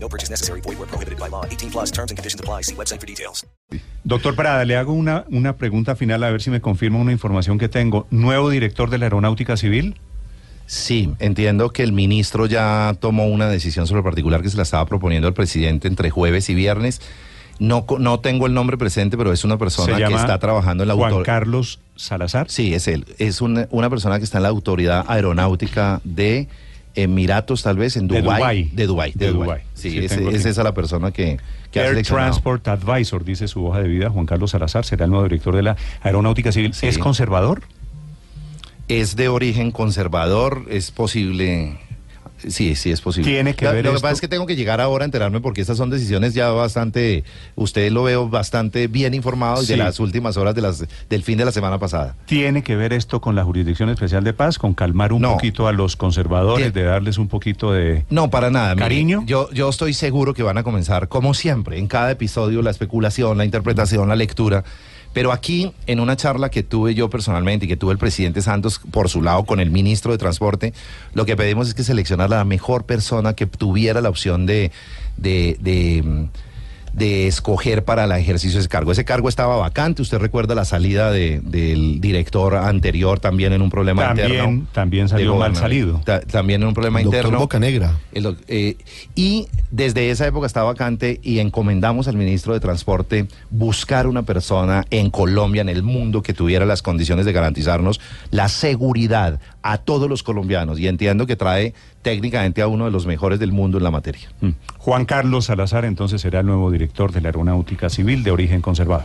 No purchase necessary. Void where prohibited by law. 18 plus terms and conditions apply. See website for details. Doctor Prada, le hago una, una pregunta final a ver si me confirma una información que tengo. ¿Nuevo director de la Aeronáutica Civil? Sí, entiendo que el ministro ya tomó una decisión sobre el particular que se la estaba proponiendo al presidente entre jueves y viernes. No, co- no tengo el nombre presente, pero es una persona que está trabajando en la Juan autor- Carlos Salazar. Sí, es él. Es un- una persona que está en la autoridad aeronáutica de Emiratos, tal vez, en De Dubái. Dubái. De Dubái. De Dubái. Sí, Sí, es, tengo es aquí. esa la persona que, que ha Air seleccionado. Transport Advisor, dice su hoja de vida, Juan Carlos Salazar, será el nuevo director de la Aeronáutica Civil. Sí. ¿Es conservador? Es de origen conservador, es posible. Sí, sí, es posible. Tiene que La- ver Lo que esto. pasa es que tengo que llegar ahora a enterarme porque estas son decisiones ya bastante. Usted lo veo bastante bien informado y de Sí. las últimas horas de las, del fin de la semana pasada. ¿Tiene que ver esto con la Jurisdicción Especial de Paz, con calmar un No. poquito a los conservadores, Tie- de darles un poquito de... No, para nada. mire, ¿Cariño? yo, yo estoy seguro que van a comenzar, como siempre, en cada episodio, la especulación, la interpretación, la lectura. Pero aquí, en una charla que tuve yo personalmente y que tuve el presidente Santos por su lado con el ministro de Transporte, lo que pedimos es que seleccionara la mejor persona que tuviera la opción de, de- de, mm, de escoger para el ejercicio de ese cargo. Ese cargo estaba vacante, usted recuerda la salida de- del director anterior también en un problema También- interno. también de salió mal gobernabilidad. salido. Ta- también en un problema Doctor interno. Bocanegra. El doc- eh, y desde esa época está vacante y encomendamos al ministro de Transporte buscar una persona en Colombia, en el mundo, que tuviera las condiciones de garantizarnos la seguridad a todos los colombianos. Y entiendo que trae técnicamente a uno de los mejores del mundo en la materia. Mm. Juan Carlos Salazar entonces será el nuevo director de la Aeronáutica Civil de origen conservador.